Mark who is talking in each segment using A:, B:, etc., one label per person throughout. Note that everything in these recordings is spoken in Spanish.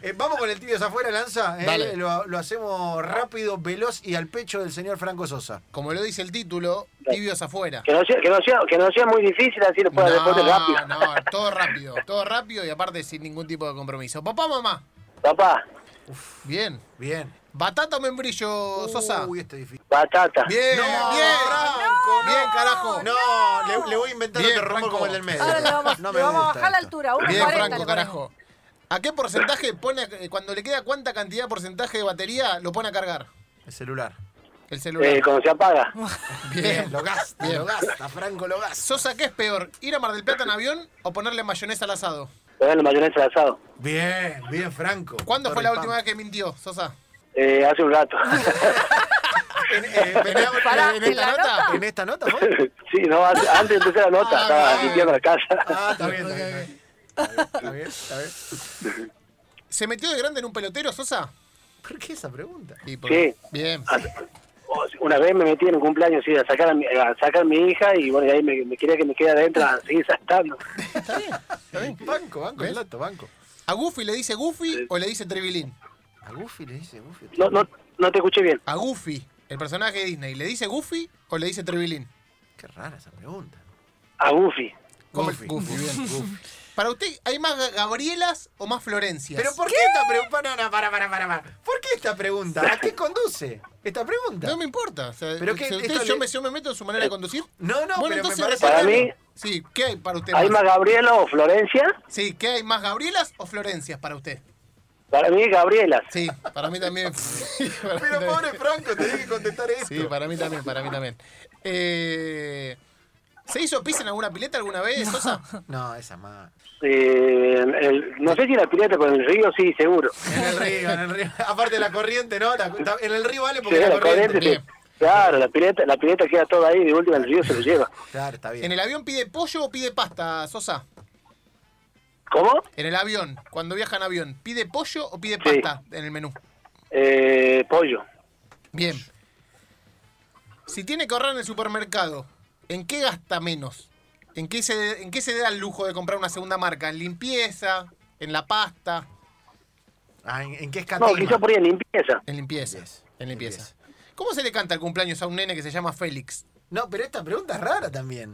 A: Eh, vamos con el tibios afuera, Lanza. eh,
B: Dale.
A: lo, lo hacemos rápido, veloz y al pecho del señor Franco Sosa.
B: Como lo dice el título,
C: Dale.
B: tibios afuera.
C: Que no sea, que no sea, que no sea muy difícil, así lo
B: No,
C: puedas responder rápido.
B: no, todo rápido, todo rápido y aparte sin ningún tipo de compromiso. Papá, mamá,
C: Papá,
B: bien.
A: Bien.
B: Batata o membrillo, Oh, Sosa.
A: Uy, este es difícil.
C: batata.
B: Bien,
A: No,
B: bien,
A: Franco,
B: bien, carajo.
A: No, le, le voy a inventar
B: Bien,
A: otro rombo
B: Franco.
A: como el del medio.
D: Ahora le vamos,
A: no me
D: le vamos a
A: gusta
D: bajar la
A: esto.
D: altura. 1.40
B: Bien,
D: le
B: Franco,
D: ponemos.
B: carajo. ¿A qué porcentaje pone, eh, cuando le queda cuánta cantidad de porcentaje de batería, lo pone a cargar
A: El celular.
B: el celular?
C: Eh, cuando se apaga.
A: Bien,
B: Bien.
A: lo gasta,
B: Bien.
A: lo gasta, Franco, lo gasta.
B: Sosa, ¿qué es peor? ¿Ir a Mar del Plata en avión o ponerle mayonesa al asado?
C: Ponerle mayonesa al asado.
A: Bien, bien, Franco.
B: ¿Cuándo fue la
A: Torre
B: última
A: Pam.
B: vez que mintió, Sosa?
C: Eh, hace un rato.
A: En, eh, veníamos-
D: Pará,
A: en,
D: ¿en
A: esta
D: la
A: nota?
D: nota?
A: ¿En esta nota fue?
C: sí, no, antes, antes de empezar la nota,
B: Ah,
C: estaba
B: bien.
C: limpiando la casa.
A: Ah, está bien, está
B: Ok,
A: bien,
B: ok.
A: está bien, está bien.
B: ¿Se metió de grande en un pelotero, Sosa?
A: ¿Por qué esa pregunta?
B: Y por-
C: Sí.
B: Bien.
C: O sea, Una vez me metí en un cumpleaños sí, a sacar a mi, a sacar a mi hija y bueno, y ahí me, me quería que me quede adentro a seguir saltando.
A: Banco, banco,
B: ¿Ves?
A: el dato, banco.
B: ¿A Goofy le dice Goofy o le dice Tribilín?
A: A Goofy le dice Goofy.
C: No, no, no te escuché bien.
B: A Goofy, el personaje de Disney, ¿le dice Goofy o le dice Tribilín?
A: Qué rara esa pregunta.
C: A Goofy.
B: Como el-
A: Goofy.
B: Goofy, bien.
A: Goofy.
B: Para usted, ¿hay más Gabrielas o más Florencias?
A: Pero ¿por qué, esta pregunta? No, no, para, para, para, para. ¿Por qué esta pregunta? ¿A qué conduce esta pregunta?
B: No me importa. o sea,
A: Pero que
B: si usted-
A: esto
B: yo,
A: le- Eh,
B: me, yo me meto en su manera de conducir.
A: No, no,
B: bueno,
A: pero me
B: entonces
A: parece-
C: Para mí,
B: respóndame. Sí, ¿qué hay para usted?
C: ¿Hay
B: más?
C: más Gabriela o Florencia?
B: Sí, ¿qué hay más Gabrielas o Florencias para usted?
C: Para mí, Gabriela.
B: Sí, para mí también. Sí, para mí
A: Pero
B: también.
A: pobre Franco, tenés que contestar esto.
B: Sí, para mí también, para mí también. Eh, ¿Se hizo pis en alguna pileta alguna vez, Sosa?
A: No, esa más.
C: Eh, el- no sé si la pirata con el río, sí, seguro.
A: En el río, en el río. Aparte de la corriente, ¿no? La- ta- en el río vale porque
C: Sí,
A: la
C: la corriente,
A: corriente.
C: sí.
B: bien.
C: Claro, la pileta, la pileta queda toda ahí, de última el río se lo lleva.
A: Claro, está
B: ¿En
A: bien.
B: el avión pide pollo o pide pasta, Sosa?
C: ¿Cómo?
B: En el avión, cuando viaja en avión, ¿pide pollo o pide
C: Sí.
B: pasta en el menú?
C: Eh, pollo.
B: Bien. Si tiene que ahorrar en el supermercado, ¿en qué gasta menos? ¿En qué se, en qué se da el lujo de comprar una segunda marca? ¿En limpieza? ¿En la pasta?
A: Ah, ¿en, en qué
C: No,
A: escatima?
C: quizá por ahí en limpieza.
B: En limpieza.
A: Limpieza.
B: En limpieza.
A: Limpieza.
B: ¿Cómo se le canta el cumpleaños a un nene que se llama Félix?
A: No, pero esta pregunta es rara también.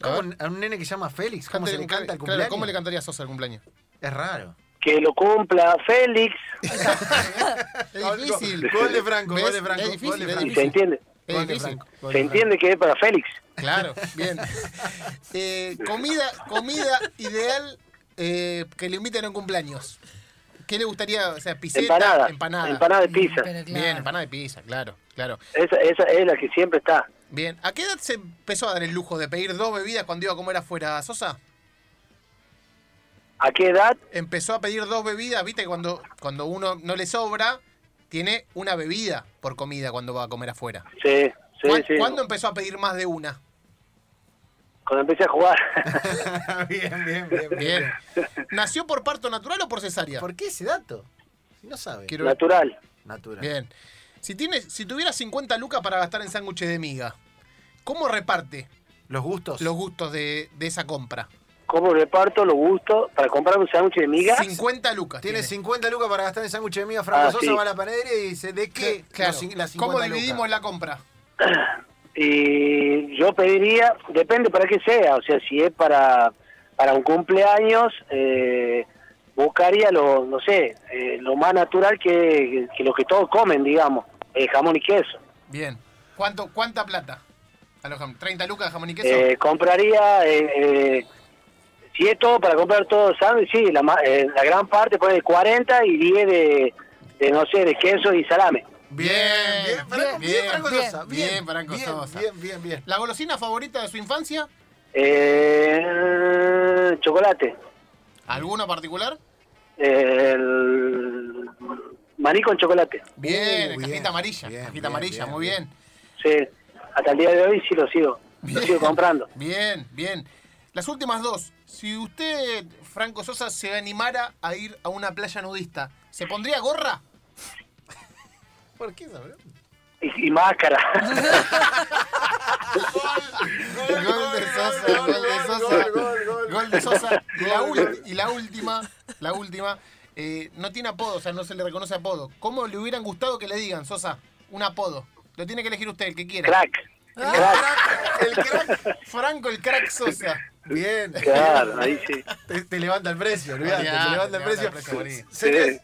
A: ¿Cómo un- a un nene que se llama Félix? ¿Cómo se le canta el
B: Claro,
A: cumpleaños?
B: ¿Cómo le cantaría Sosa el cumpleaños?
A: Es raro.
C: Que lo cumpla Félix,
B: Es difícil.
A: Gol de Franco, gol
B: ¿Ves?
A: de Franco,
B: Es
A: gol
B: difícil,
A: de
B: es
A: Franco.
C: y
B: difícil.
C: se entiende.
B: Es
A: Gol de
B: difícil.
A: Franco, gol
C: Se
A: de
C: entiende que es para Félix.
B: Claro, bien. Eh, comida, comida ideal eh, que le inviten a un cumpleaños. ¿Qué le gustaría? O sea, piseta,
C: Empanada.
B: empanada. Mm,
C: de pizza.
D: Pero claro.
B: Bien, empanada de pizza, claro, claro.
C: Esa, esa es la que siempre está.
B: Bien, ¿a qué edad se empezó a dar el lujo de pedir dos bebidas cuando iba a comer afuera, Sosa?
C: ¿A qué edad?
B: Empezó a pedir dos bebidas, viste, que cuando, cuando uno no le sobra, tiene una bebida por comida cuando va a comer afuera.
C: Sí, sí,
B: ¿Cuán-
C: sí.
B: ¿Cuándo empezó a pedir más de una?
C: Cuando empecé a jugar.
A: Franco. bien, bien, bien, bien,
B: Bien. ¿Nació por parto natural o por cesárea?
A: ¿Por qué ese dato? Si no sabe.
B: Quiero-
C: Natural.
A: Natural.
B: Bien. Si, tiene, si tuviera 50 lucas para gastar en sándwiches de miga, ¿cómo reparte
A: Los gustos.
B: los gustos de, de esa compra?
C: ¿Cómo reparto los gustos para comprar un sándwich de miga?
B: 50 lucas.
A: Tiene
B: tiene.
A: 50 lucas para gastar en sándwich de miga. Franco
C: Ah,
A: Sosa
C: sí.
A: va a la panadería y dice, ¿de qué?
B: Claro.
A: los cin- las 50
B: ¿Cómo dividimos
A: lucas?
B: la compra?
C: Y yo pediría, depende para qué sea, o sea, si es para, para un cumpleaños, eh, buscaría lo, no sé, eh, lo más natural que, que lo que todos comen, digamos, eh, jamón y queso.
B: Bien. ¿Cuánto, ¿Cuánta plata? A los jam- 30 lucas de jamón y queso.
C: Eh, compraría, eh, eh, si es todo para comprar todo sándwich, sí, la, ma- eh, la gran parte pone 40 y 10 de, de, no sé, de queso y salame.
A: Bien, bien, Franco, bien,
B: Bien,
A: Franco
B: bien,
A: Sosa. Bien,
B: bien, Franco
A: bien,
B: Sosa.
A: Bien, bien, bien.
B: ¿La golosina favorita de su infancia?
C: Eh, chocolate,
B: ¿Alguna particular?
C: eh, el maní con chocolate.
B: Bien,
A: Uh,
B: cajita
A: bien,
B: amarilla.
A: bien,
B: cajita
A: bien,
B: amarilla,
A: bien,
B: muy bien.
C: Sí, hasta el día de hoy sí lo sigo, lo sigo comprando.
B: Bien, bien. Las últimas dos. Si usted, Franco Sosa, se animara a ir a una playa nudista, ¿se pondría gorra?
A: ¿Por qué esa pregunta?
C: Y, y máscara.
B: Gol de Sosa, gol de Sosa. Gol de Sosa. Y la, ul- y la última, la última. eh, no tiene apodo, o sea, no se le reconoce apodo. ¿Cómo le hubieran gustado que le digan, Sosa, un apodo? Lo tiene que elegir usted, el que quiera.
C: Crack.
B: El crack, el crack, Franco, el crack Sosa.
A: Bien.
C: Claro, ahí sí.
A: Te, te levanta el precio, olvidate, te levanta el precio.
B: María.
A: Señores,